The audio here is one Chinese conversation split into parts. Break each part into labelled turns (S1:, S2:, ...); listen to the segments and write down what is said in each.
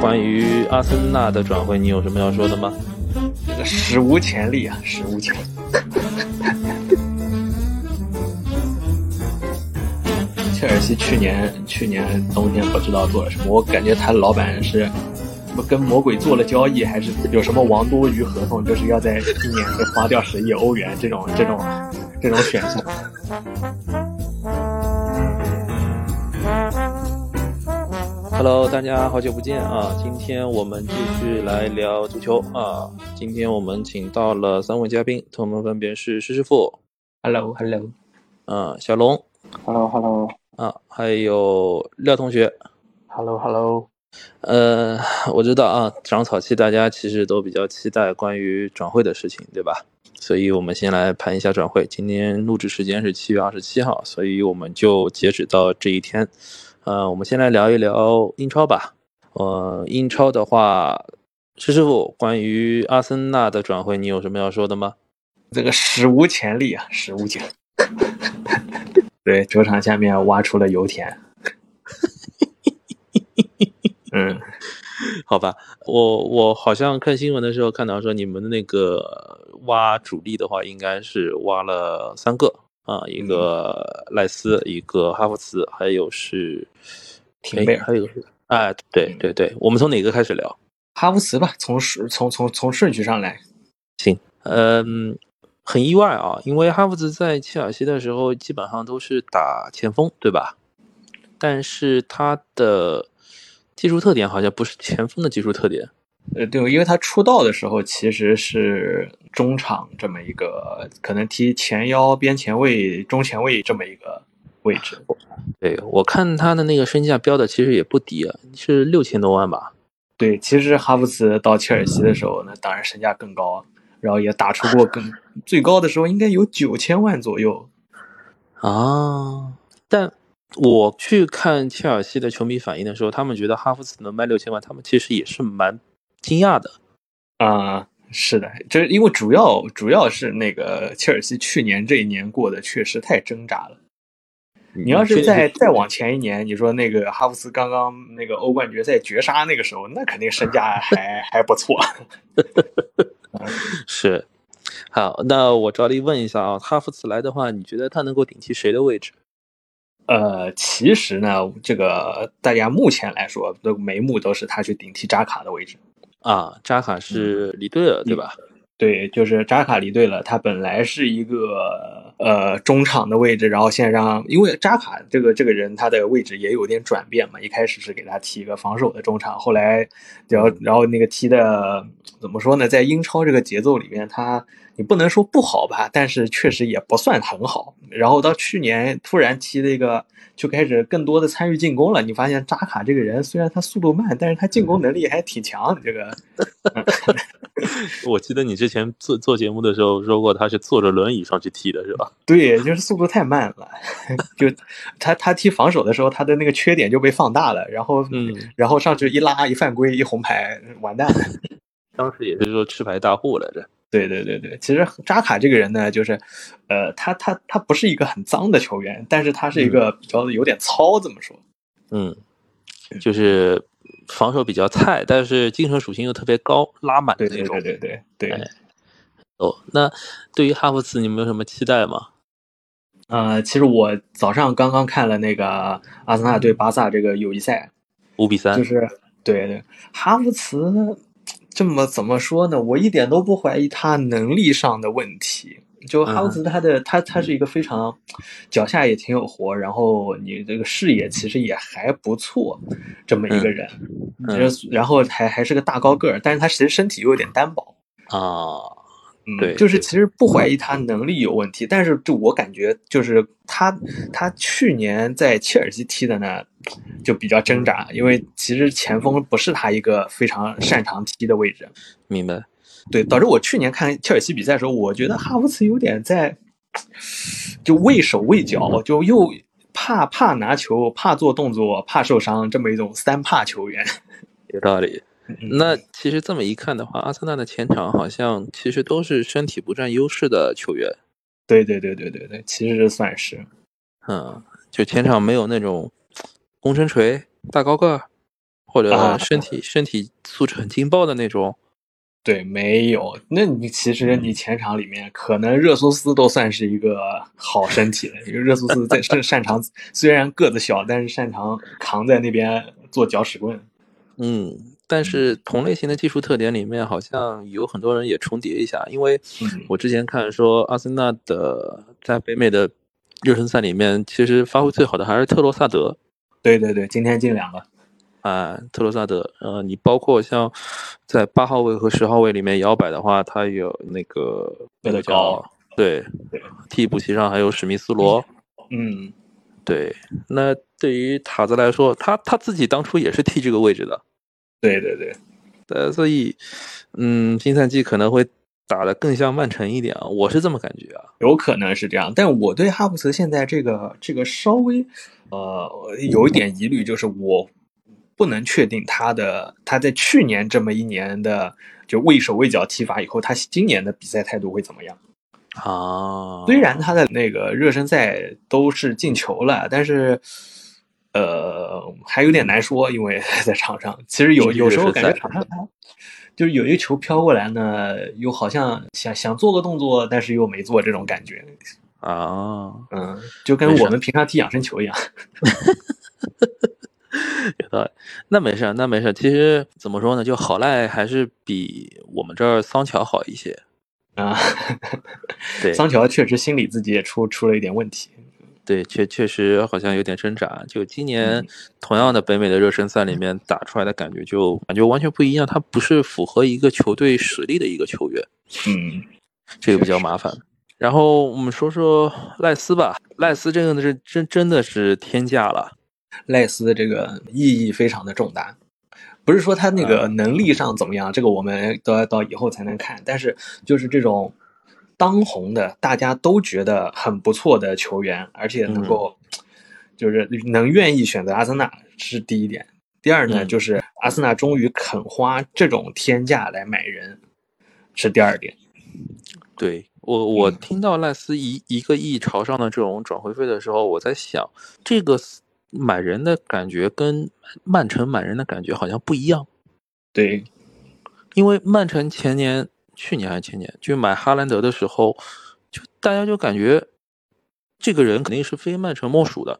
S1: 关于阿森纳的转会，你有什么要说的吗？
S2: 这个史无前例啊，史无前例。 切尔西去年去年冬天不知道做了什么，我感觉他老板是什么跟魔鬼做了交易，还是有什么王多鱼合同，就是要在今年会花掉十亿欧元这种这种这种选项。
S1: Hello，大家好久不见啊！今天我们继续来聊足球啊！今天我们请到了三位嘉宾，他们分别是施师傅、
S2: Hello，Hello，Hello，Hello
S1: 啊小龙
S3: Hello，Hello，Hello，Hello，
S1: 啊，还有廖同学。
S3: hello
S1: 呃，我知道啊，长草期大家其实都比较期待关于转会的事情，对吧？所以我们先来盘一下转会。今天录制时间是七月二十七号，所以我们就截止到这一天。呃，我们先来聊一聊英超吧。呃，英超的话，施师傅，关于阿森纳的转会，你有什么要说的吗？
S2: 这个史无前例啊，史无前例。 对，球场下面挖出了油田。 嗯，
S1: 好吧，我我好像看新闻的时候看到说，你们的那个挖主力的话，应该是挖了三个啊，一个赖斯，一个哈弗茨，还有是
S2: 廷贝
S1: 哎
S2: 尔
S1: 还有一个是哎，对对对，我们从哪个开始聊？
S2: 哈弗茨吧，从顺从从从顺序上来，
S1: 嗯，很意外啊，因为哈弗茨在切尔西的时候基本上都是打前锋，对吧？但是他的技术特点好像不是前锋的技术特点，
S2: 呃，对，因为他出道的时候其实是中场这么一个，可能踢前腰、边前卫、中前卫这么一个位置。
S1: 对，我看他的那个身价标的其实也不低啊，是六千多万吧？
S2: 对，其实哈弗茨到切尔西的时候，那当然身价更高，啊然后也打出过更最高的时候应该有九千万左右。
S1: 啊，但我去看切尔西的球迷反应的时候，他们觉得哈弗茨能卖六千万，他们其实也是蛮惊讶的。
S2: 啊、是的，这因为主要主要是那个切尔西去年这一年过得确实太挣扎
S1: 嗯
S2: 了。你要是再再往前一年，你说那个哈弗茨刚刚那个欧冠决赛绝杀那个时候，那肯定身价还还不错。
S1: 是好，那我照例问一下啊，哈弗茨来的话，你觉得他能够顶替谁的位置？
S2: 呃，其实呢，这个大家目前来说，都眉目都是他去顶替扎卡的位置。
S1: 啊，扎卡是离队了，对吧？
S2: 对，就是扎卡离队了，他本来是一个呃中场的位置，然后现在让因为扎卡这个这个人他的位置也有点转变嘛，一开始是给他踢一个防守的中场，后来然后然后那个踢的怎么说呢，在英超这个节奏里面，他你不能说不好吧，但是确实也不算很好。然后到去年突然踢了一个。就开始更多的参与进攻了。你发现扎卡这个人虽然他速度慢，但是他进攻能力还挺强。这个
S1: 我记得你之前做做节目的时候说过，他是坐着轮椅上去踢的，是吧？
S2: 对，就是速度太慢了， 就他他踢防守的时候，他的那个缺点就被放大了，然后、
S1: 嗯
S2: 然后上去一拉一犯规一红牌，完蛋了。
S1: 当时也是说吃牌大户来着。
S2: 对对对对，其实扎卡这个人呢，就是，呃，他他他不是一个很脏的球员，但是他是一个比较有点糙，这么说。
S1: 嗯，就是防守比较菜，但是精神属性又特别高，拉满的那
S2: 对对
S1: 种
S2: 对。对对对。
S1: 哎哦，那对于哈弗茨，你们有什么期待吗？
S2: 呃，其实我早上刚刚看了那个阿森纳对巴萨这个友谊赛，
S1: 五比三
S2: 就，是对对，哈弗茨这么怎么说呢？我一点都不怀疑他能力上的问题。就哈弗
S1: 嗯
S2: 茨，他的、他他是一个非常脚下也挺有活，然后你这个视野其实也还不错，这么一个人，
S1: 嗯
S2: 然后然后还还是个大高个儿，但是他其实身体又有点单薄，
S1: 啊，
S2: 嗯，
S1: 对
S2: 就是其实不怀疑他能力有问题，但是就我感觉就是他他去年在切尔西踢的呢，就比较挣扎，因为其实前锋不是他一个非常擅长踢的位置，
S1: 明白。
S2: 对，导致我去年看切尔西比赛的时候，我觉得哈弗茨有点在就畏手畏脚，就又怕怕拿球，怕做动作，怕受伤，这么一种三怕球员。
S1: 有道理。那其实这么一看的话，阿森纳的前场好像其实都是身体不占优势的球员，
S2: 对对对对对对，其实算是，
S1: 嗯，就前场没有那种肱撑锤、大高个儿或者
S2: 啊
S1: 身体、身体素质很劲爆的那种。
S2: 对，没有。那你其实你前场里面，可能热苏斯都算是一个好身体了，因为热苏斯在擅 擅长，虽然个子小，但是擅长扛在那边做搅屎棍。
S1: 嗯，但是同类型的技术特点里面，好像有很多人也重叠一下，因为
S2: 嗯
S1: 我之前看说阿森纳的在北美的热身赛里面，其实发挥最好的还是特洛萨德
S2: 对对对，今天进两个。
S1: 啊、特洛萨德。呃，你包括像在八号位和十号位里面摇摆的话，他有那个
S2: 贝德
S1: 叫
S2: 高，
S1: 对
S2: 对，
S1: 替补席上还有史密斯罗。
S2: 嗯，
S1: 对，那对于塔子来说，他他自己当初也是踢这个位置的，
S2: 对对对，
S1: 呃，所以，嗯，新赛季可能会打得更像曼城一点啊，我是这么感觉啊。
S2: 有可能是这样。但我对哈布茨现在这个这个稍微呃有一点疑虑，就是我不能确定他的他在去年这么一年的就畏手畏脚踢法以后，他今年的比赛态度会怎么样？
S1: 啊，
S2: 虽然他的那个热身赛都是进球了，但是，呃，还有点难说，因为在场上，其实有
S1: 是
S2: 有时候
S1: 热身
S2: 感
S1: 赛
S2: 觉场上他 就是有一个球飘过来呢，又好像想想做个动作，但是又没做这种感觉，
S1: 啊，
S2: 嗯，就跟
S1: 没事
S2: 我们平常踢养生球一样。
S1: 有道理。那没事儿，那没事儿。其实怎么说呢，就好赖还是比我们这儿桑乔好一些。
S2: 啊，
S1: 对
S2: 桑乔确实心里自己也出出了一点问题。
S1: 对，确确实好像有点挣扎。就今年
S2: 嗯
S1: 同样的北美的热身赛里面打出来的感觉就，感觉完全不一样。他不是符合一个球队实力的一个球员，
S2: 嗯，
S1: 这个比较麻烦。然后我们说说赖斯吧，赖斯这个呢是真真的是天价了。
S2: 赖斯这个意义非常的重大。不是说他那个能力上怎么样，这个我们都要到以后才能看。但是就是这种当红的，大家都觉得很不错的球员，而且能够、就是能愿意选择阿森纳是第一点。第二呢，
S1: 嗯
S2: 就是阿森纳终于肯花这种天价来买人，是第二点。
S1: 对我，我
S2: 嗯
S1: 听到赖斯一一个亿朝上的这种转会费的时候，我在想，这个买人的感觉跟曼城买人的感觉好像不一样，
S2: 对，
S1: 因为曼城前年、去年还是前年去买哈兰德的时候，就大家就感觉这个人肯定是非曼城莫属的，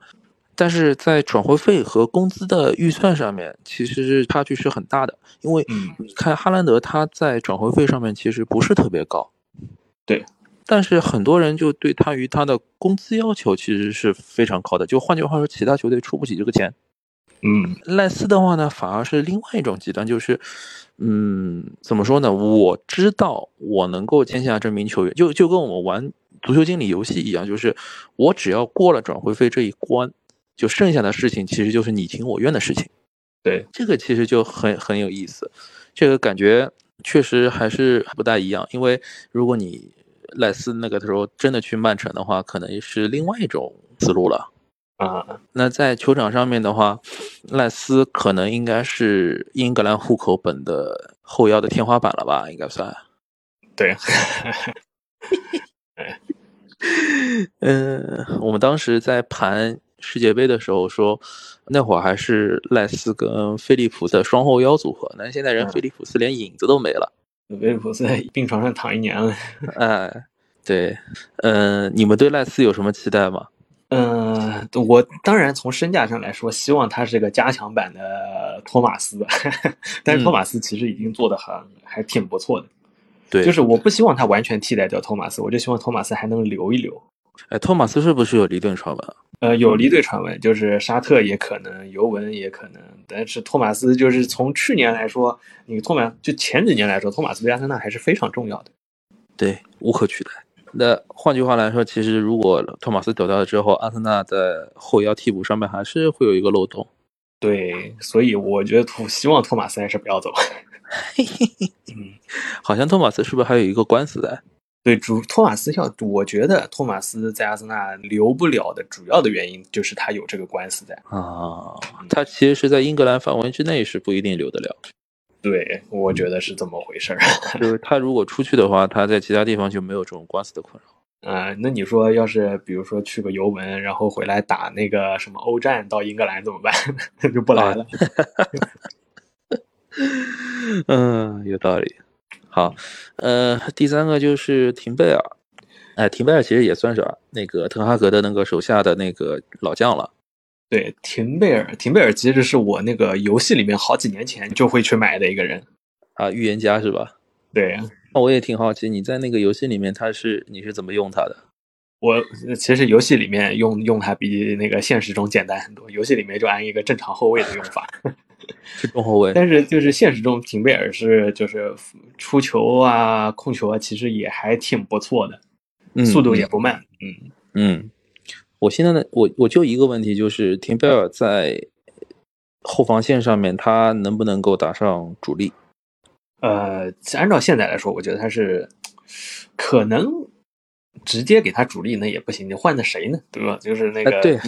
S1: 但是在转会费和工资的预算上面，其实是差距是很大的，因为
S2: 嗯，
S1: 你看哈兰德他在转会费上面其实不是特别高，
S2: 对，
S1: 但是很多人就对他于他的工资要求其实是非常高的，就换句话说，其他球队出不起这个钱。
S2: 嗯，
S1: 赖斯的话呢，反而是另外一种极端，就是，嗯，怎么说呢？我知道我能够签下这名球员，就就跟我们玩足球经理游戏一样，就是我只要过了转会费这一关，就剩下的事情其实就是你情我愿的事情。
S2: 对，
S1: 这个其实就很很有意思，这个感觉确实还是不大一样。因为如果你赖斯那个时候真的去曼城的话，可能是另外一种思路了。
S2: 啊，
S1: 那在球场上面的话，赖斯可能应该是英格兰户口本的后腰的天花板了吧，应该算。
S2: 对，
S1: 嗯，我们当时在盘世界杯的时候说，那会儿还是赖斯跟菲利普斯的双后腰组合，那现在人
S2: 嗯
S1: 菲利普斯连影子都没 了。
S2: 威尔普斯在病床上躺一年了。
S1: 哎，对，嗯，你们对赖斯有什么期待吗？
S2: 嗯，我当然从身价上来说，希望他是个加强版的托马斯， 但是托马斯其实已经做的很、还挺不错的。
S1: 对，
S2: 就是我不希望他完全替代掉托马斯，我就希望托马斯还能留一留。
S1: 哎，托马斯是不是有离顿传闻？
S2: 呃，有离队传闻，就是沙特也可能，尤文也可能，但是托马斯就是从去年来说，你托马就前几年来说，托马斯对阿森纳还是非常重要的。
S1: 对，无可取代。那换句话来说，其实如果托马斯走掉了之后，阿森纳在后腰替补上面还是会有一个漏洞。
S2: 对，所以我觉得托希望托马斯还是不要走。
S1: 好像托马斯是不是还有一个官司在？
S2: 对，主托马斯要，我觉得托马斯在阿森纳留不了的主要的原因就是他有这个官司在。
S1: 啊，他其实是在英格兰范围之内是不一定留得了，
S2: 对，我觉得是这么回事儿。
S1: 就是他如果出去的话，他在其他地方就没有这种官司的困扰。
S2: 呃，那你说要是比如说去个尤文， 然后回来打那个什么欧战到英格兰怎么办？就不来了。
S1: 嗯，有道理。好，呃，第三个就是廷贝尔，哎，廷贝尔其实也算是啊那个滕哈格的那个手下的那个老将了。
S2: 对，廷贝尔，廷贝尔其实是我那个游戏里面好几年前就会去买的一个人。
S1: 啊，预言家是吧？
S2: 对
S1: 那我也挺好奇，你在那个游戏里面他是你是怎么用他的？
S2: 我其实游戏里面用用它比那个现实中简单很多，游戏里面就按一个正常后卫的用法。
S1: 是中后卫？
S2: 但是就是现实中，廷贝尔是就是出球啊、控球啊，其实也还挺不错的，
S1: 嗯
S2: 速度也不慢。嗯，
S1: 嗯，我现在的我我就一个问题，就是廷贝尔在后防线上面，他能不能够打上主力？
S2: 呃，按照现在来说，我觉得他是可能直接给他主力呢也不行，你换的谁呢？对吧？就是那个、
S1: 哎对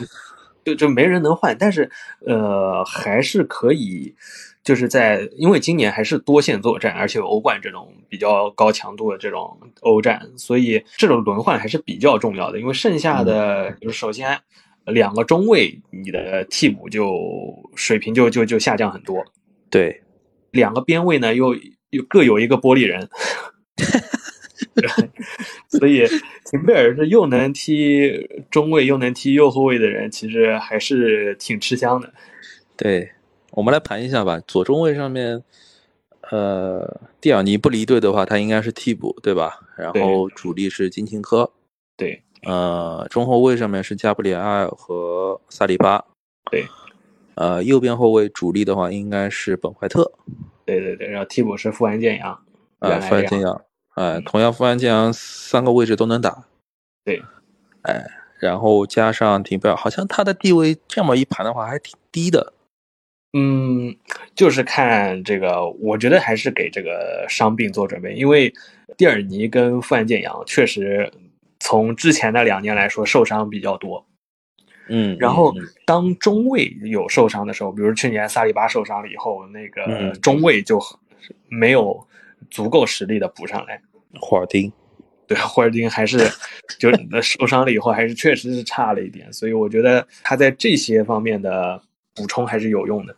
S2: 就就没人能换，但是呃，还是可以，就是在因为今年还是多线作战，而且有欧冠这种比较高强度的这种欧战，所以这种轮换还是比较重要的。因为剩下的，
S1: 嗯
S2: 就是首先两个中卫，你的替补就水平就就就下降很多，
S1: 对，
S2: 两个边卫呢又又各有一个玻璃人。对所以，廷贝尔是又能踢中卫又能踢右后卫的人，其实还是挺吃香的。
S1: 对，我们来盘一下吧。左中卫上面，呃，蒂尔尼不离队的话，他应该是替补，对吧？然后主力是金琴科，
S2: 对，
S1: 呃，中后卫上面是加布里埃尔和萨里巴，
S2: 对，
S1: 呃，右边后卫主力的话应该是本怀特，
S2: 对对对，然后替补是富安健洋，
S1: 呃，
S2: 原
S1: 富
S2: 来
S1: 安
S2: 这
S1: 健
S2: 样，嗯
S1: 洋，呃，同样富安健洋三个位置都能打，
S2: 对，
S1: 哎，然后加上廷贝尔，好像他的地位这么一盘的话还挺低的，
S2: 嗯，就是看这个，我觉得还是给这个伤病做准备，因为蒂尔尼跟富安健洋确实从之前的两年来说受伤比较多，
S1: 嗯，
S2: 然后
S1: 嗯
S2: 当中卫有受伤的时候，比如去年萨利巴受伤了以后，那个
S1: 嗯
S2: 中卫就没有足够实力的补上来。
S1: 嗯霍尔丁，
S2: 对，霍尔丁 还是就受伤了以后，还是确实是差了一点，所以我觉得他在这些方面的补充还是有用的。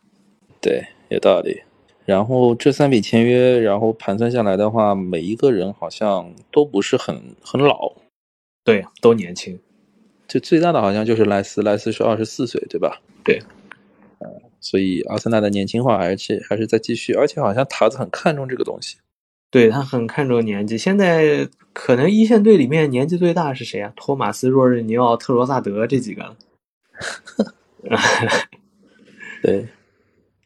S1: 对，有道理。然后这三笔签约，然后盘算下来的话，每一个人好像都不是很很老，
S2: 对，都年轻。
S1: 就最大的好像就是莱斯，莱斯是二十四岁，对吧？
S2: 对
S1: 呃，所以阿森纳的年轻化还是还是在继续，而且好像塔子很看重这个东西。
S2: 对他很看重年纪，现在可能一线队里面年纪最大是谁啊？托马斯、若日尼奥、特罗萨德这几个。
S1: 对，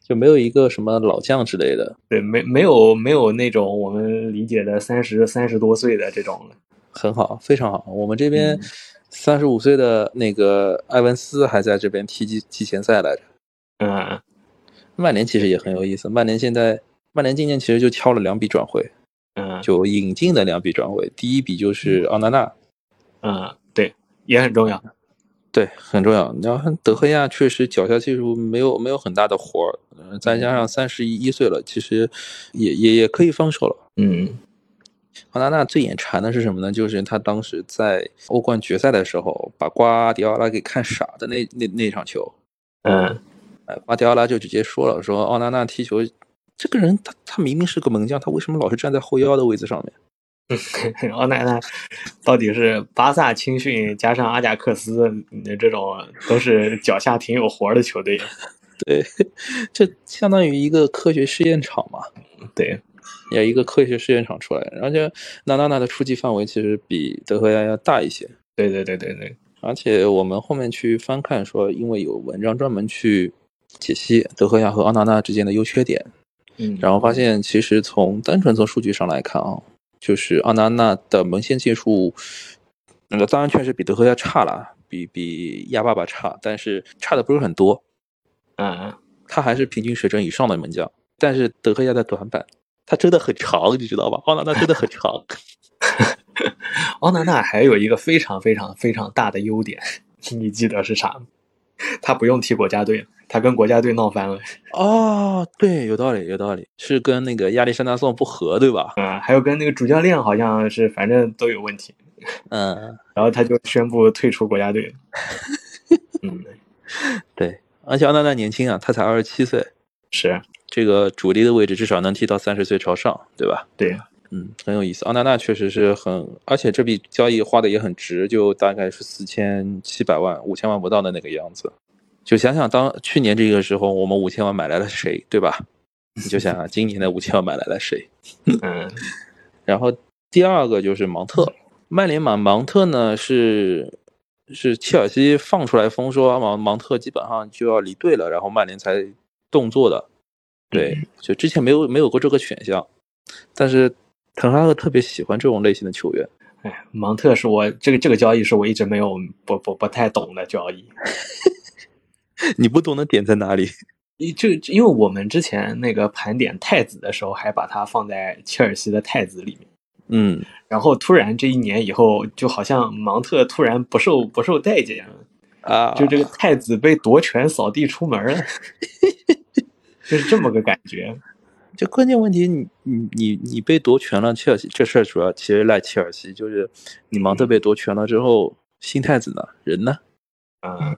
S1: 就没有一个什么老将之类的，
S2: 对，没没有没有那种我们理解的三十三十多岁的这种了。
S1: 很好，非常好。我们这边三十五岁的那个埃文斯还在这边踢季季前赛来着。
S2: 嗯，
S1: 曼联其实也很有意思，曼联现在曼联今年其实就敲了两笔转会，
S2: 嗯，
S1: 就引进的两笔转会，第一笔就是奥纳纳，
S2: 嗯，对，也很重要。
S1: 对，很重要。然后德赫亚确实脚下技术没有没有很大的活儿，呃再加上三十一岁了，其实也也也可以放手了。
S2: 嗯，
S1: 奥纳纳最眼馋的是什么呢？就是他当时在欧冠决赛的时候，把瓜迪奥拉给看傻的那那那场球，
S2: 嗯，
S1: 哎，瓜迪奥拉就直接说了，说奥纳纳踢球，这个人他他明明是个门将，他为什么老是站在后腰的位置上面？
S2: 奥奈奈到底是巴萨青训加上阿贾克斯，你这种都是脚下挺有活儿的球队。
S1: 对，这相当于一个科学试验场嘛，
S2: 对，
S1: 也一个科学试验场出来。而且纳纳纳的出击范围其实比德赫亚要大一些，
S2: 对对对对对，
S1: 而且我们后面去翻看说，因为有文章专门去解析德赫亚和奥纳纳之间的优缺点，
S2: 嗯，
S1: 然后发现其实从单纯从数据上来看啊，就是奥纳纳的门线技术，那当然确实比德赫亚差了，比比亚爸爸差，但是差的不是很多，
S2: 嗯，
S1: 他还是平均水准以上的门将。但是德赫亚的短板，他真的很长，你知道吧？奥纳纳真的很长。
S2: 奥纳纳还有一个非常非常非常大的优点， 你记得是啥吗？他不用踢国家队了，他跟国家队闹翻了。
S1: 哦，对，有道理，有道理，是跟那个亚历山大宋不合，对吧？
S2: 嗯，还有跟那个主教练好像是，反正都有问题。
S1: 嗯，
S2: 然后他就宣布退出国家队。嗯，
S1: 对。而且奥纳纳年轻啊，他才二十七岁，
S2: 是，
S1: 这个主力的位置至少能踢到三十岁朝上，对吧？
S2: 对，
S1: 嗯，很有意思。奥纳纳确实是很，而且这笔交易花的也很值，就大概是四千七百万、五千万不到的那个样子。就想想当去年这个时候，我们五千万买来了谁，对吧？你就想想今年的五千万买来了谁。
S2: 嗯
S1: 然后第二个就是芒特，曼联买芒特呢是是切尔西放出来风说啊芒芒特基本上就要离队了，然后曼联才动作的。对，就之前没有没有过这个选项，但是滕哈赫特别喜欢这种类型的球员。
S2: 哎，芒特是我这个这个交易是我一直没有不不不太懂的交易。
S1: 你不懂的点在哪里？
S2: 一这因为我们之前那个盘点太子的时候，还把它放在切尔西的太子里面。
S1: 嗯，
S2: 然后突然这一年以后，就好像芒特突然不受不受待见了，
S1: 啊，
S2: 就这个太子被夺权扫地出门了， 就是这么个感觉。
S1: 就关键问题你，你你你被夺权了，切尔西这事儿主要其实赖切尔西，就是你芒特被夺权了之后，新太子呢，人呢，
S2: 嗯，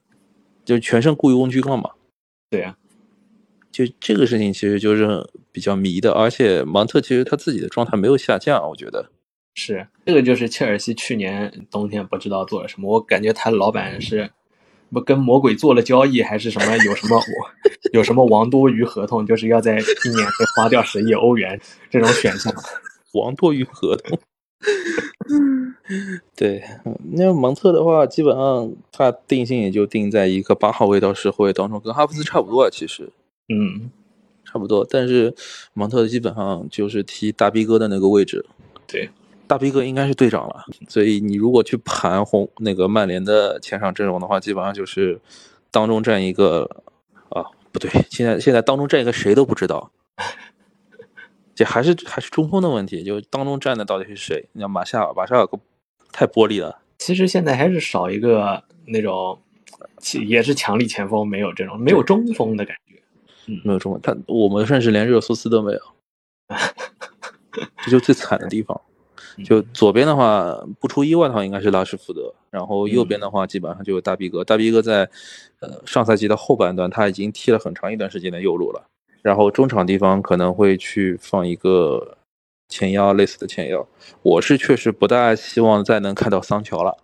S1: 就全胜雇佣翁居杠嘛。
S2: 对啊，
S1: 就这个事情其实就是比较迷的，而且芒特其实他自己的状态没有下降，我觉得。
S2: 是这个就是切尔西去年冬天不知道做了什么，我感觉他老板是不跟魔鬼做了交易，还是什么有什么我有什么王多鱼合同，就是要在一年内花掉十亿欧元这种选项。
S1: 王多鱼合同。 对，嗯那蒙特的话，基本上他定性也就定在一个八号位到十号位当中，跟哈弗茨差不多啊，其实
S2: 嗯，
S1: 差不多。但是蒙特基本上就是踢大逼哥的那个位置，
S2: 对，
S1: 大逼哥应该是队长了。所以你如果去盘红那个曼联的前场阵容的话，基本上就是当中站一个啊，不对，现在现在当中站一个谁都不知道，这还是还是中锋的问题，就当中站的到底是谁？你像马夏尔，马夏尔个太玻璃了，
S2: 其实现在还是少一个那种，其也是强力前锋，没有这种没有中锋的感觉。
S1: 没有中文，他我们甚至连热苏斯都没有，这就最惨的地方。就左边的话，不出意外的话，应该是拉什福德，然后右边的话，基本上就有大逼哥。大逼哥在呃上赛季的后半段，他已经踢了很长一段时间的右路了，然后中场地方可能会去放一个前腰类似的前腰。我是确实不大希望再能看到桑乔了。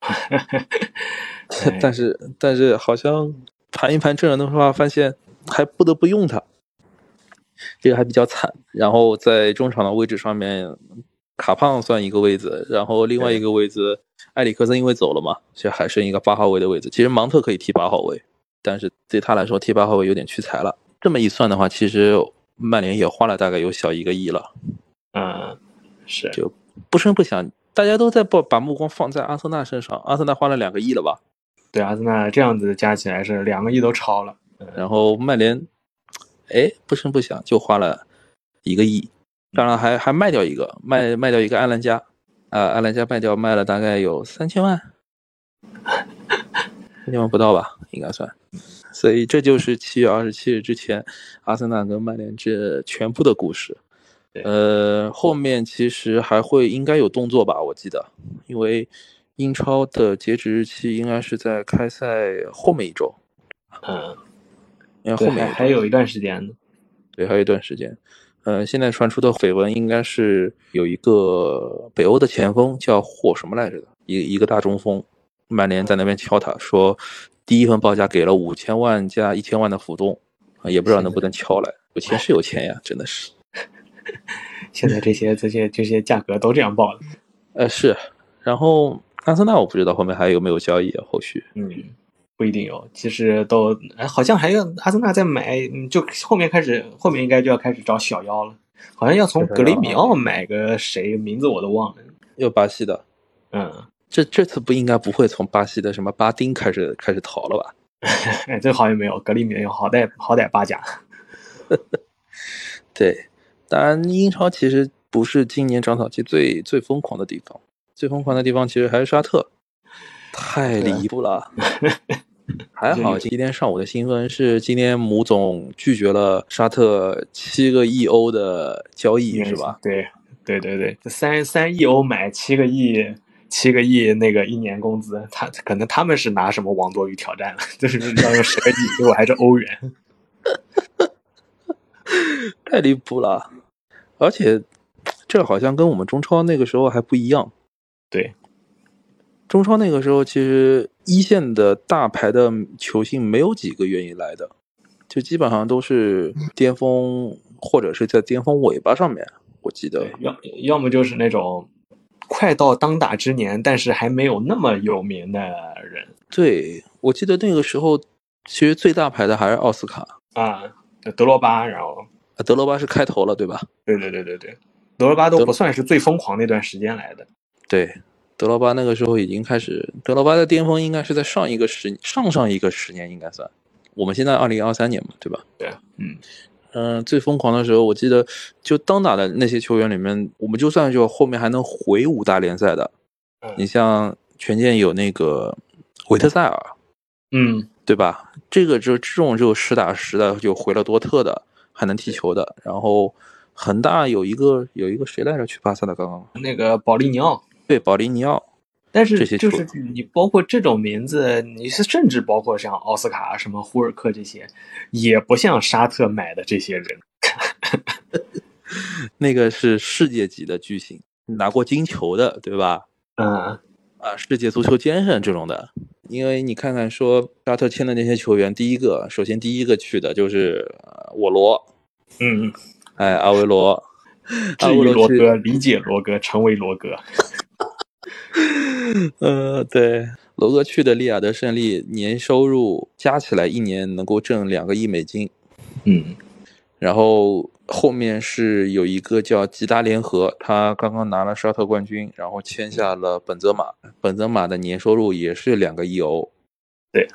S2: 哎
S1: 但是但是好像盘一盘阵容的话，发现还不得不用他，这个还比较惨。然后在中场的位置上面，卡胖算一个位置，然后另外一个位置，埃里克森因为走了嘛，其实还剩一个八号位的位置。其实芒特可以踢八号位，但是对他来说踢八号位有点屈才了。这么一算的话，其实曼联也花了大概有小一个亿了，
S2: 嗯，是
S1: 就不声不响。大家都在把把目光放在阿森纳身上，阿森纳花了两个亿了吧？
S2: 对阿森纳这样子加起来是两个亿都超了。
S1: 然后曼联，哎，不声不响就花了一个亿，当然
S2: 嗯
S1: 还还卖掉一个，卖卖掉一个埃兰加，啊、埃兰加卖掉卖了大概有三千万，三千万不到吧，应该算。所以这就是七月二十七日之前，阿森纳跟曼联这全部的故事。
S2: 对
S1: 呃，后面其实还会应该有动作吧，我记得，因为英超的截止日期应该是在开赛后面一周，
S2: 嗯，
S1: 因为
S2: 对，
S1: 后面
S2: 还还有一段时间呢。
S1: 对，还有一段时间。呃，现在传出的绯闻应该是有一个北欧的前锋叫霍什么来着的，一一个大中锋，曼联在那边敲他说，第一份报价给了五千万加一千万的浮动，啊，也不知道能不能敲来。有钱是有钱呀，真的是。
S2: 现在这些这些这些价格都这样报了。
S1: 呃，是。然后阿森纳我不知道后面还有没有交易啊，后续。
S2: 嗯，不一定有，其实都哎，好像还要阿森纳在买，嗯，就后面开始，后面应该就要开始找小妖了，好像要从格雷米
S1: 啊
S2: 奥买个谁，名字我都忘了。
S1: 又巴西的，
S2: 嗯，
S1: 这这次不应该不会从巴西的什么巴丁开始开始逃了吧？
S2: 哎，这好像没有，格里米奥好歹好歹八甲。
S1: 对，当然英超其实不是今年长草期最最疯狂的地方，最疯狂的地方其实还是沙特，太离谱了。还好今天上午的新闻是，今天母总拒绝了沙特七个亿欧的交易，是吧？？
S2: 对，对对对，这三三亿欧买七个亿。七个亿那个一年工资，他可能他们是拿什么 王多鱼挑战了，就是要用十个亿，结果还是欧元。
S1: 太离谱了。而且这好像跟我们中超那个时候还不一样。
S2: 对，
S1: 中超那个时候其实一线的大牌的球星没有几个愿意来的，就基本上都是巅峰或者是在巅峰尾巴上面。我记得
S2: 对，要要么就是那种快到当打之年，但是还没有那么有名的人
S1: 对我记得那个时候其实最大牌的还是奥斯卡，
S2: 啊，德罗巴，然后
S1: 呃德罗巴是开头了，对吧？
S2: 对对对对对，德罗巴都不算是最疯狂那段时间来的。
S1: 对，德罗巴那个时候已经开始，德罗巴的巅峰应该是在上一个十上上一个十年应该算，我们现在二零二三年嘛，对吧？
S2: 对，嗯，
S1: 嗯、最疯狂的时候，我记得就当打的那些球员里面，我们就算就后面还能回五大联赛的，
S2: 嗯
S1: 你像权健有那个维特塞尔，
S2: 嗯，
S1: 对吧？这个就这种就实打实的就回了多特的，还能踢球的，然后恒大有一个有一个谁来着去巴萨的刚刚
S2: 那个保利尼奥，
S1: 对保利尼奥，
S2: 但是
S1: 这些
S2: 就
S1: 球
S2: 是你包括这种名字，你是甚至包括像奥斯卡、啊什么胡尔克这些，也不像沙特买的这些人。
S1: 那个是世界级的巨星，拿过金球的，对吧？
S2: 嗯，
S1: 啊，世界足球先生这种的，因为你看看说沙特签的那些球员，第一个，首先第一个去的就是呃沃罗，
S2: 嗯，
S1: 哎，阿维罗， 阿
S2: 至
S1: 维
S2: 于罗
S1: 啊去
S2: 哥，理解罗哥，成为罗哥。
S1: 呃，对，罗哥去的利雅得胜利年收入加起来一年能够挣两个亿美金，
S2: 嗯
S1: 然后后面是有一个叫吉达联合，他刚刚拿了沙特冠军，然后签下了本泽马，本泽马的年收入也是两个亿欧，
S2: 对，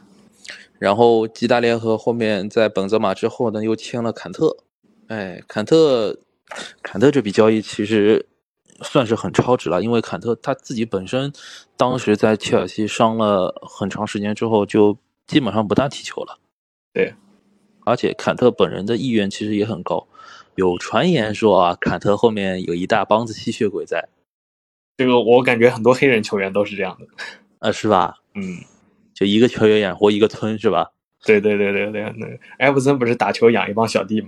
S1: 然后吉达联合后面在本泽马之后呢又签了坎特，哎，坎特，坎特这笔交易其实算是很超值了，因为坎特他自己本身当时在切尔西伤了很长时间之后，就基本上不大踢球了。
S2: 对，
S1: 而且坎特本人的意愿其实也很高，有传言说啊，坎特后面有一大帮子吸血鬼在，
S2: 这个我感觉很多黑人球员都是这样的。
S1: 呃，是吧？
S2: 嗯，
S1: 就一个球员养活一个村，是吧？
S2: 对对对对对，那个艾弗森不是打球养一帮小弟吗？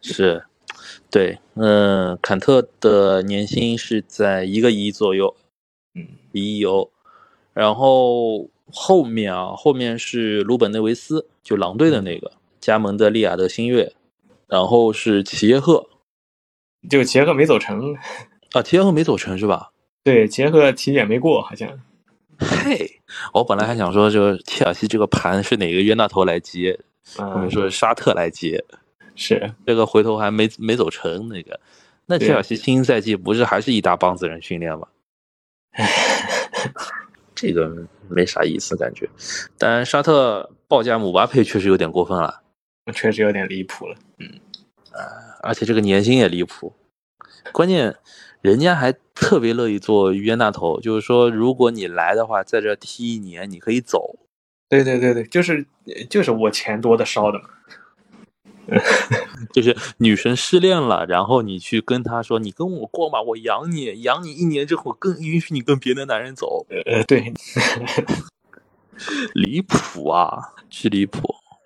S1: 是，对，嗯，坎特的年薪是在一个亿左右，
S2: 嗯，
S1: 一亿欧。然后后面啊，后面是鲁本内维斯，就狼队的那个加盟的利雅得新月，然后是齐耶赫
S2: 就杰克没走成，
S1: 啊，齐耶赫没走成是吧？
S2: 对，杰克体检没过，好像。
S1: 嘿， 我本来还想说，就是切尔西这个盘是哪个冤大头来接，后面
S2: 嗯，
S1: 说是沙特来接，
S2: 是
S1: 这个回头还没没走成那个。那
S2: 对
S1: 切尔西新赛季不是还是一大帮子人训练吗？ 这个没啥意思感觉。但沙特报价姆巴佩确实有点过分了，
S2: 确实有点离谱了。
S1: 而且这个年薪也离谱。关键人家还特别乐意做冤大头，就是说如果你来的话，在这踢一年你可以走。
S2: 对对对对，就是就是我钱多的烧的嘛。
S1: 就是女神失恋了，然后你去跟她说：“你跟我过嘛，我养你，养你一年之后，我更允许你跟别的男人走。
S2: 呃，对，”
S1: 离谱啊，是离谱。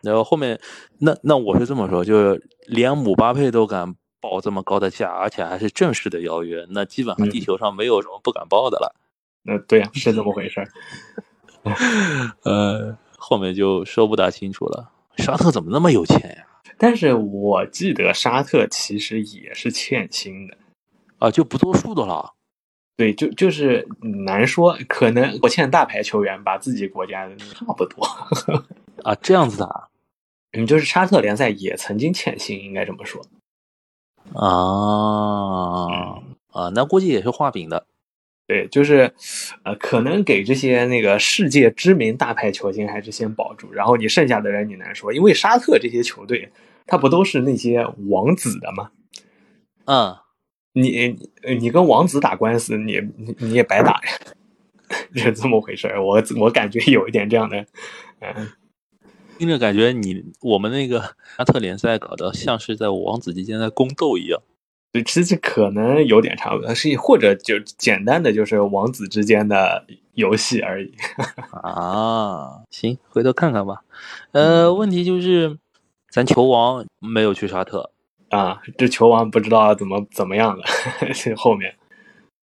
S1: 然后后面，那那我是这么说，就是连姆巴佩都敢报这么高的价，而且还是正式的邀约，那基本上地球上没有什么不敢报的了。
S2: 那对呀、是这么回事儿。
S1: 呃，后面就说不大清楚了。沙特怎么那么有钱呀、
S2: 但是我记得沙特其实也是欠薪的，
S1: 啊？就不作数的了。
S2: 对，就就是难说，可能我欠大牌球员把自己国家差不多。
S1: 啊，这样子的啊
S2: 嗯，就是沙特联赛也曾经欠薪，应该这么说。
S1: 啊啊，那估计也是画饼的。
S2: 对，就是，呃，可能给这些那个世界知名大牌球星还是先保住，然后你剩下的人你难说，因为沙特这些球队，他不都是那些王子的吗？
S1: 嗯，
S2: 你你你跟王子打官司，你你你也白打呀， 是这么回事儿。我我感觉有一点这样的，嗯，
S1: 听着感觉你我们那个沙特联赛搞得像是在王子之间在宫斗一样。
S2: 对，其实可能有点差不多，是或者就简单的就是王子之间的游戏而已。
S1: 啊，行，回头看看吧。呃，问题就是咱球王没有去沙特，
S2: 啊，这球王不知道怎么怎么样了， 这后面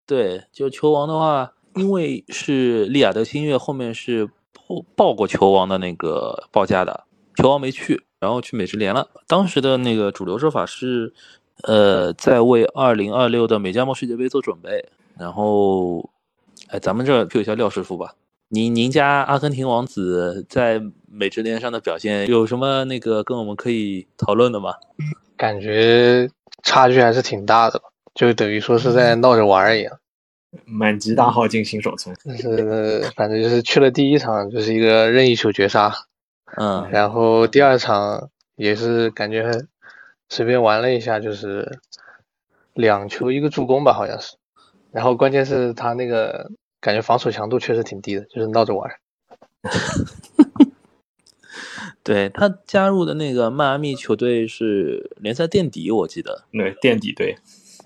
S1: 对，就球王的话，因为是利雅得星月后面是报报过球王的那个报价的，球王没去，然后去美职联了。当时的那个主流说法是，呃，在为二零二六的美加墨世界杯做准备。然后，哎，咱们这儿 Q 一下廖师傅吧。您您家阿根廷王子在美职联上的表现有什么那个跟我们可以讨论的吗？
S4: 感觉差距还是挺大的吧，就等于说是在闹着玩儿一样。
S2: 满级大耗尽新手村，
S4: 就是反正就是去了第一场就是一个任意球绝杀，
S1: 嗯
S4: 然后第二场也是感觉随便玩了一下，就是两球一个助攻吧，好像是。然后关键是他那个感觉防守强度确实挺低的，就是闹着玩儿。
S1: 对他加入的那个迈阿密球队是联赛垫底，我记得。
S2: 对垫底队，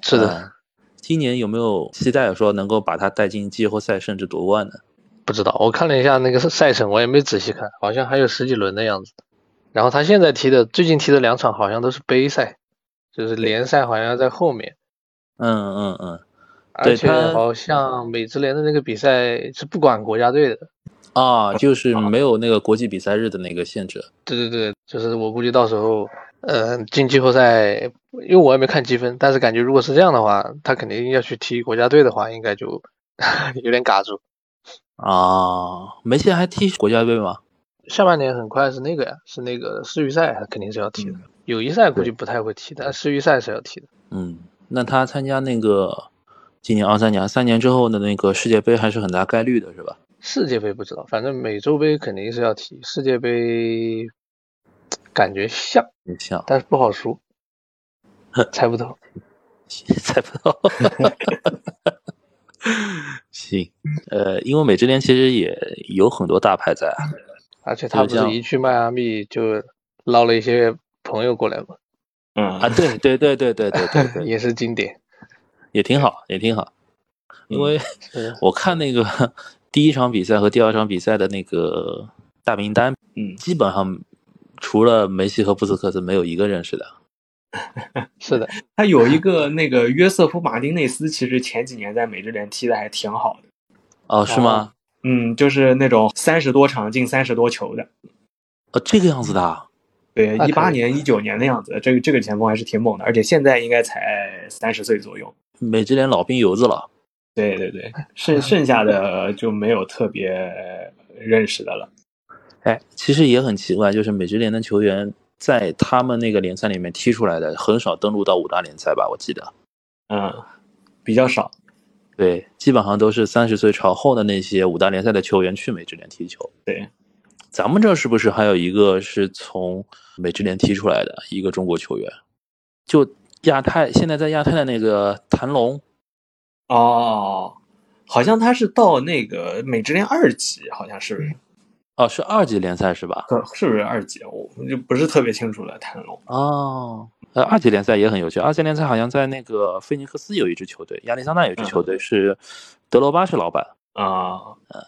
S4: 是的，
S1: 嗯今年有没有期待说能够把他带进季后赛甚至夺冠呢？
S4: 不知道，我看了一下那个赛程，我也没仔细看，好像还有十几轮的样子。然后他现在踢的最近踢的两场好像都是杯赛，就是联赛好像在后面，
S1: 嗯嗯嗯，对
S4: 而且
S1: 他
S4: 好像美职联的那个比赛是不管国家队的。
S1: 啊，就是没有那个国际比赛日的那个限制。
S4: 对对对，就是我估计到时候，呃，进季后赛，因为我也没看积分，但是感觉如果是这样的话，他肯定要去踢国家队的话，应该就 有点嘎住。
S1: 啊，梅西还踢国家队吗？
S4: 下半年很快是那个呀，是那个世预赛，肯定是要踢的。友谊赛估计不太会踢，但世预赛是要踢的。
S1: 嗯，那他参加那个今年二三年、三年之后的那个世界杯还是很大概率的，是吧？
S4: 世界杯不知道，反正美洲杯肯定是要踢，世界杯感觉像，
S1: 你像
S4: 但是不好说，猜不透。
S1: 猜不到。行，呃，因为美职联其实也有很多大牌在啊，
S4: 而且他
S1: 就
S4: 不是
S1: 像
S4: 一去迈阿密就捞了一些朋友过来嘛，
S2: 嗯
S1: 啊，对对对对对对对对，
S4: 也是经典。
S1: 也挺好，也挺好。因为
S4: 是
S1: 我看那个 第一场比赛和第二场比赛的那个大名单，
S2: 嗯
S1: 基本上除了梅西和布斯克斯，没有一个认识的。
S4: 是的，
S2: 他有一个那个约瑟夫·马丁内斯，其实前几年在美职联踢的还挺好的，
S1: 哦，是吗？
S2: 嗯，就是那种三十多场进三十多球的，
S1: 哦，这个样子的啊。
S2: 对，
S4: 那
S2: 一八
S4: 可以
S2: 年、一九年的样子，这个这个前锋还是挺猛的，而且现在应该才三十岁左右，
S1: 美职联老兵油子了。
S2: 对对对，剩剩下的就没有特别认识的了，
S1: 哎，其实也很奇怪，就是美职联的球员在他们那个联赛里面踢出来的，很少登陆到五大联赛吧？我记得，
S2: 嗯，比较少，
S1: 对，基本上都是三十岁朝后的那些五大联赛的球员去美职联踢球。
S2: 对，
S1: 咱们这儿是不是还有一个是从美职联踢出来的一个中国球员？就亚太现在在亚太的那个谭龙，
S2: 哦，好像他是到那个美职联二级，好像是，
S1: 哦，是二级联赛是吧？
S2: 可是不是二级？我就不是特别清楚了。谭龙，
S1: 哦，呃，二级联赛也很有趣。二级联赛好像在那个菲尼克斯有一支球队，亚利桑那有一支球队是德罗巴是老板。
S2: 啊、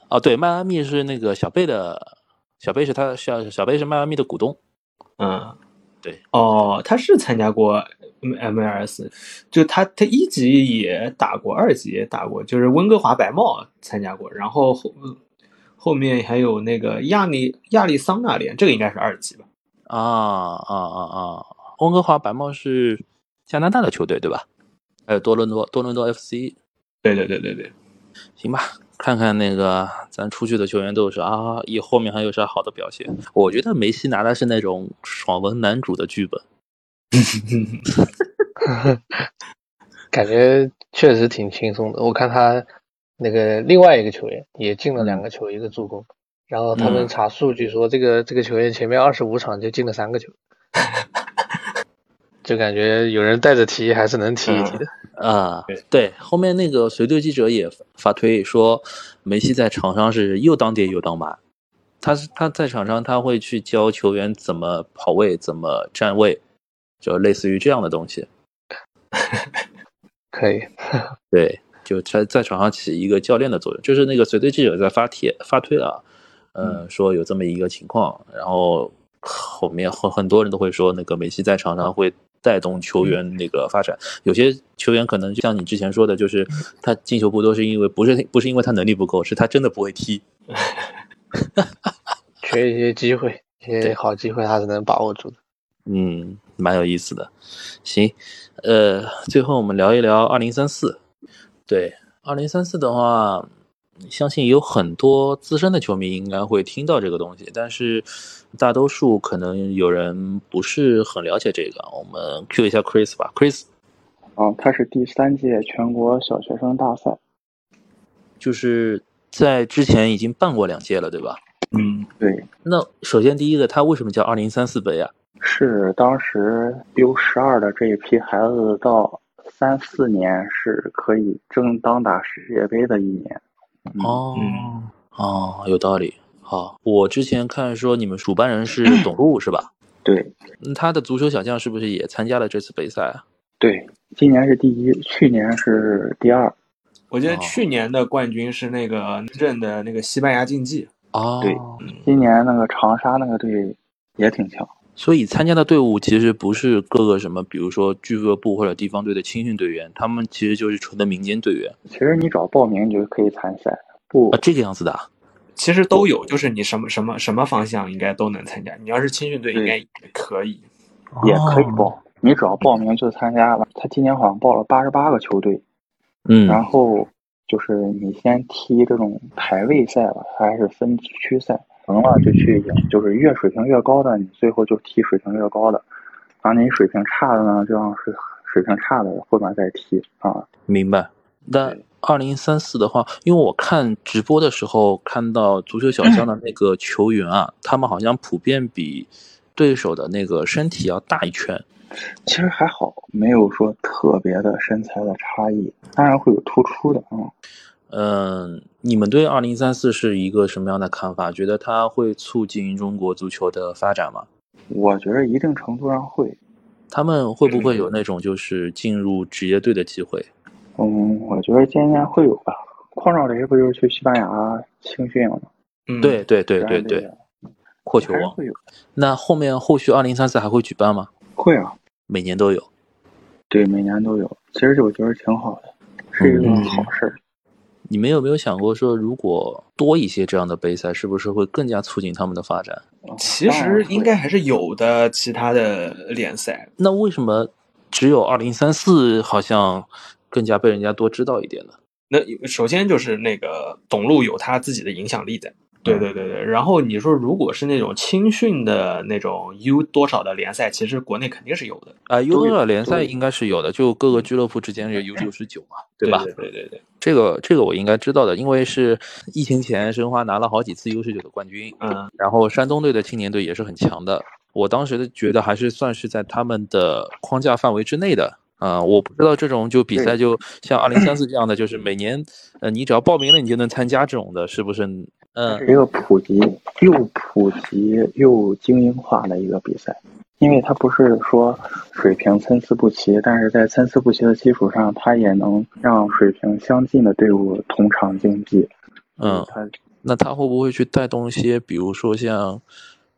S1: 哦，对，迈阿密是那个小贝的，小贝是他小小贝是迈阿密的股东。
S2: 嗯，
S1: 对，
S2: 哦，他是参加过 MLS，就他他一级也打过，二级也打过，就是温哥华白帽参加过，然后后后面还有那个亚利亚利桑那联，这个应该是二级吧？
S1: 啊啊啊啊！温哥华白帽是加拿大的球队对吧？还有多伦多多伦多 FC，
S2: 对对对对对，
S1: 行吧，看看那个咱出去的球员都有啥，啊以后面还有啥好的表现？我觉得梅西拿的是那种爽文男主的剧本。
S2: 嗯
S4: 感觉确实挺轻松的。我看他那个另外一个球员也进了两个球，一个助攻。然后他
S1: 嗯
S4: 们查数据说，这个、这个球员前面二十五场就进了三 个球，就感觉有人带着踢还是能踢一踢的。
S1: 啊
S2: 对，
S1: 对，后面那个随队记者也发推说，梅西在场上是又当爹又当妈，他是他在场上他会去教球员怎么跑位、怎么站位，就类似于这样的东西。
S4: 可以，
S1: 对，就在在场上起一个教练的作用，就是那个随队记者在发帖发推啊，呃，说有这么一个情况，然后后面很很多人都会说，那个梅西在场上会带动球员那个发展。有些球员可能就像你之前说的，就是他进球不多是因为不是不是因为他能力不够，是他真的不会踢。
S4: 缺一些机会，一些
S1: 对
S4: 好机会还是能把握住的。
S1: 嗯，蛮有意思的。行，呃，最后我们聊一聊二零三四。对，二零三四的话，相信有很多资深的球迷应该会听到这个东西，但是大多数可能有人不是很了解这个。我们 Q 一下 Chris 吧，Chris
S3: 啊，它是第三届全国小学生大赛，
S1: 就是在之前已经办过两届了，对吧？
S2: 嗯，
S3: 对，
S1: 那首先第一个，它为什么叫二零三四杯啊？
S3: 是当时 U 十二的这一批孩子到三四年是可以正当打世界杯的一年。嗯，
S1: 哦、
S2: 嗯
S1: 哦，有道理。好，我之前看说你们主办人是董路是吧？
S3: 对
S1: 嗯他的足球小将是不是也参加了这次杯赛啊？
S3: 对，今年是第一，去年是第二。
S2: 我记得
S1: 哦
S2: 去年的冠军是那个深圳的那个西班牙竞技，
S1: 哦，
S3: 对今年那个长沙那个队也挺强。
S1: 所以参加的队伍其实不是各个什么，比如说俱乐部或者地方队的青训队员，他们其实就是纯的民间队员
S3: 其实你只要报名你就可以参赛，不
S1: 啊，这个样子的啊。
S2: 其实都有，就是你什么什么什么方向应该都能参加。你要是青训队应该也可以。
S3: 也可以
S1: 哦。
S3: 报。你只要报名就参加了。他今年好像报了八十八个球队，
S1: 嗯，
S3: 然后就是你先踢这种排位赛吧，还是分区赛，赢了就去赢，就是越水平越高的，你最后就踢水平越高的；然后你水平差的呢，就让水水平差的后面再踢啊。
S1: 明白。那二零三四的话，因为我看直播的时候看到足球小将的那个球员啊，他们好像普遍比对手的那个身体要大一圈。
S3: 其实还好，没有说特别的身材的差异，当然会有突出的啊。
S1: 嗯，你们对二零三四是一个什么样的看法？觉得它会促进中国足球的发展吗？
S3: 我觉得一定程度上会，
S1: 他们会不会有那种就是进入职业队的机会？
S3: 嗯，我觉得今年会有吧。匡少雷不就是去西班牙青训了吗？
S2: 嗯，
S1: 对，对对
S3: 然
S1: 对
S3: 后
S1: 对
S3: 这，个
S1: 扩球
S3: 还是
S1: 王。
S3: 会有，
S1: 那后面后续二零三四还会举办吗？
S3: 会啊，
S1: 每年都有。
S3: 对，每年都有。其实我觉得挺好的，是一个
S2: 嗯
S3: 好事儿。
S1: 你们有没有想过说，如果多一些这样的杯赛，是不是会更加促进他们的发展？
S3: 嗯
S2: 其实应该还是有的，其他的联赛。
S1: 那为什么只有二零三四好像更加被人家多知道一点呢？
S2: 那首先就是那个董路有他自己的影响力在。对对对对，然后你说如果是那种青训的那种 U 多少的联赛，其实国内肯定是有的，
S1: 啊、优
S3: 都
S1: 多
S3: 有
S1: 少联赛
S3: 都有
S1: 应该是有的，就各个俱乐部之间是有九十九嘛，
S2: 对
S1: 吧？
S2: 对对对对，
S1: 这个这个我应该知道的，因为是疫情前申花拿了好几次 U 十九的冠军，
S2: 嗯
S1: 然后山东队的青年队也是很强的。我当时的觉得还是算是在他们的框架范围之内的。啊、我不知道这种就比赛就像二零三四这样的，就是每年，呃，你只要报名了你就能参加这种的，是不是？嗯、
S3: 是一个普及又普及又精英化的一个比赛，因为它不是说水平参差不齐，但是在参差不齐的基础上，它也能让水平相近的队伍同场竞技。
S1: 嗯，
S3: 它
S1: 那他会不会去带动一些，比如说像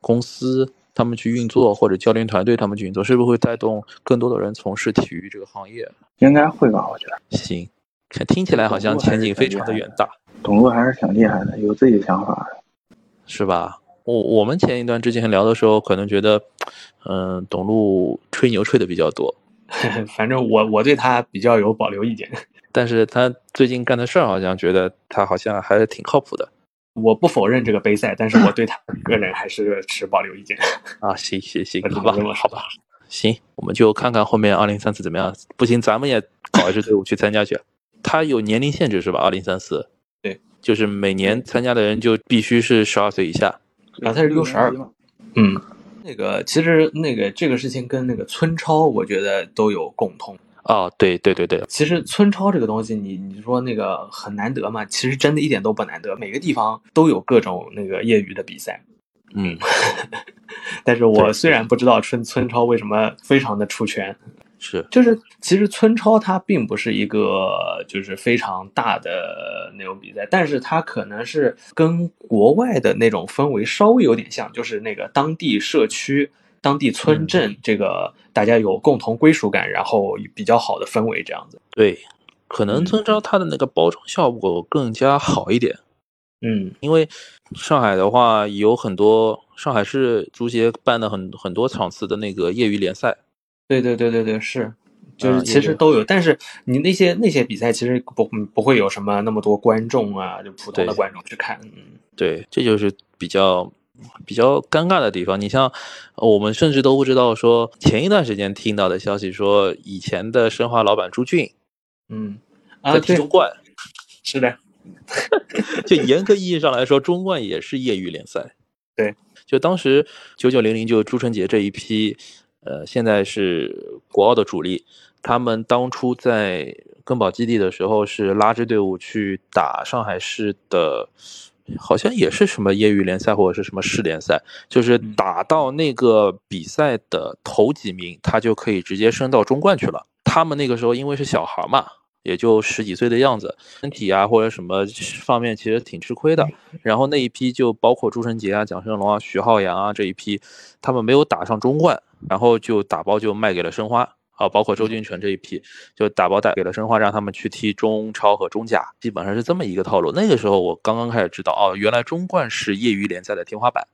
S1: 公司他们去运作，或者教练团队他们去运作，是不是会带动更多的人从事体育这个行业？
S3: 应该会吧，我觉得。
S1: 行，看听起来好像前景非常的远大，
S3: 董路还是挺厉害的，有自己想法的。
S1: 是吧？我我们前一段之前聊的时候，可能觉得，嗯、董路吹牛吹的比较多，
S2: 嗯 反正我我对他比较有保留意见。
S1: 但是他最近干的事儿，好像觉得他好像还是挺靠谱的
S2: 我不否认这个杯赛，但是我对 他个人还是持保留意见。
S1: 啊。行行行
S2: 我，只
S1: 好
S2: 能
S1: 吧
S2: 这，么
S1: 好
S2: 说
S1: 吧，行，我们就看看后面二零三四怎么样。不行，咱们也搞一支队伍去参加去。他有年龄限制是吧？二零三四，
S2: 对，
S1: 就是每年参加的人就必须是十二岁以下。
S2: 然后啊他是 U 十二
S3: 嘛，
S2: 嗯，那个其实那个这个事情跟那个村超，我觉得都有共通。
S1: 哦，对对对对，
S2: 其实村超这个东西你，你说那个很难得嘛？其实真的一点都不难得，每个地方都有各种那个业余的比赛。
S1: 嗯。
S2: 但是
S1: 对
S2: 我虽然不知道村村超为什么非常的出圈，
S1: 是
S2: 就是其实村超它并不是一个就是非常大的那种比赛，但是它可能是跟国外的那种氛围稍微有点像，就是那个当地社区、当地村镇，这个大家有共同归属感，然后比较好的氛围这样子。
S1: 对，可能
S2: 嗯
S1: 村超它的那个包装效果更加好一点。
S2: 嗯
S1: 因为上海的话有很多，上海市足协办的很很多场次的那个业余联赛，
S2: 对对对对对，是，就
S1: 嗯
S2: 是其
S1: 也
S2: 实
S1: 有
S2: 都有，但是你那些那些比赛其实不嗯不会有什么那么多观众啊，就普通的
S1: 对
S2: 观众去看，嗯
S1: 对，这就是比较比较尴尬的地方。你像呃我们甚至都不知道说，前一段时间听到的消息说，以前的申花老板朱俊
S2: 嗯啊，
S1: 在踢
S2: 对，
S1: 中冠，
S2: 是的，
S1: 就严格意义上来说，中冠也是业余联赛。
S2: 对，
S1: 就当时九九零零就朱晨杰这一批，呃，现在是国奥的主力，他们当初在根宝基地的时候是拉支队伍去打上海市的，好像也是什么业余联赛或者是什么市联赛，就是
S2: 嗯
S1: 打到那个比赛的头几名，他就可以直接升到中冠去了。他们那个时候因为是小孩嘛，也就十几岁的样子，身体啊或者什么方面其实挺吃亏的。然后那一批就包括朱晨杰啊、蒋胜龙啊、徐浩洋啊这一批，他们没有打上中冠，然后就打包就卖给了申花啊，包括周俊辰这一批就打包带给了申花，让他们去踢中超和中甲，基本上是这么一个套路。那个时候我刚刚开始知道哦，原来中冠是业余联赛的天花板。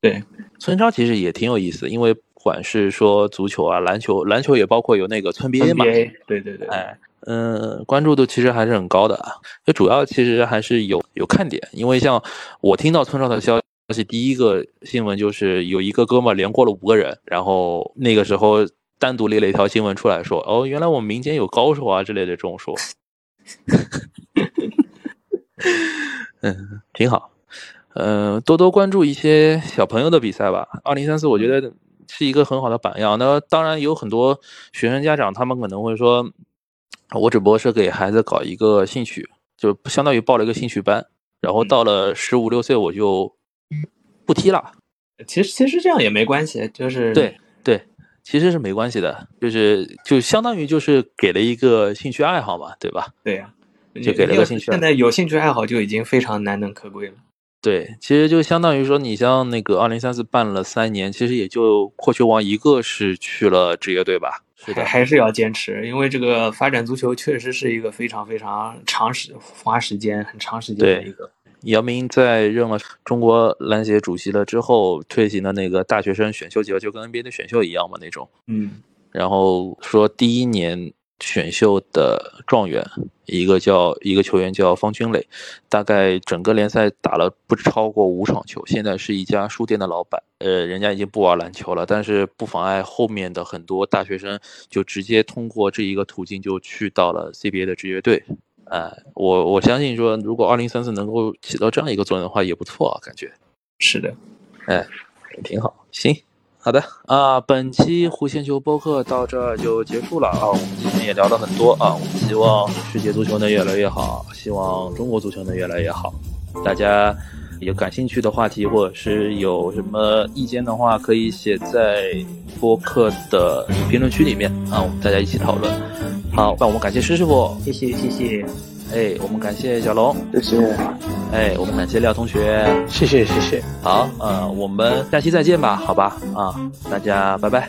S2: 对，
S1: 村超其实也挺有意思，因为不管是说足球啊、篮球，篮球也包括有那个村 BA 嘛，
S2: NBA，对对对，
S1: 哎，嗯，关注度其实还是很高的啊。就主要其实还是有有看点，因为像我听到村上的消息，第一个新闻就是有一个哥们儿连过了五个人，然后那个时候单独列了一条新闻出来说，哦，原来我们民间有高手啊之类的这种说， 嗯，挺好。呃，多多关注一些小朋友的比赛吧。二零三四，我觉得是一个很好的榜样。那当然有很多学生家长，他们可能会说，我只不过是给孩子搞一个兴趣，就相当于报了一个兴趣班，然后到了十五六岁我就不踢了。
S2: 其实其实这样也没关系，就是
S1: 对对，其实是没关系的，就是就相当于就是给了一个兴趣爱好嘛，对吧？
S2: 对呀、你
S1: 就给了
S2: 你
S1: 个
S2: 要
S1: 兴
S2: 是
S1: 趣爱
S2: 现在有兴趣爱好就已经非常难能可贵了。
S1: 对，其实就相当于说，你像那个二零三四办了三年，其实也就霍球王一个是去了职业队吧？是
S2: 还还是要坚持，因为这个发展足球确实是一个非常非常长时花时间、很长时间的
S1: 对
S2: 一个。
S1: 姚明在任了中国篮协主席了之后，推行的那个大学生选秀结合，就跟 NBA 的选秀一样嘛那种。
S2: 嗯，
S1: 然后说第一年选秀的状元，一个叫一个球员叫方军磊，大概整个联赛打了不超过五场球，现在是一家书店的老板，呃，人家已经不玩篮球了，但是不妨碍后面的很多大学生就直接通过这一个途径就去到了 CBA 的职业队。呃，我我相信说，如果二零三四能够起到这样一个作用的话，也不错啊，感觉。
S2: 是的，
S1: 也挺好。行，好的啊，本期弧线球播客到这儿就结束了啊。我们今天也聊了很多啊，我们希望世界足球能越来越好，希望中国足球能越来越好。大家有感兴趣的话题，或者是有什么意见的话，可以写在播客的评论区里面啊，我们大家一起讨论。好，那我们感谢施师傅，
S2: 谢谢谢谢，
S1: 哎，我们感谢小龙，
S3: 谢谢。
S1: 哎，我们感谢廖同学。
S4: 谢谢谢谢，
S1: 好，呃，我们下期再见吧，好吧，啊，大家拜拜。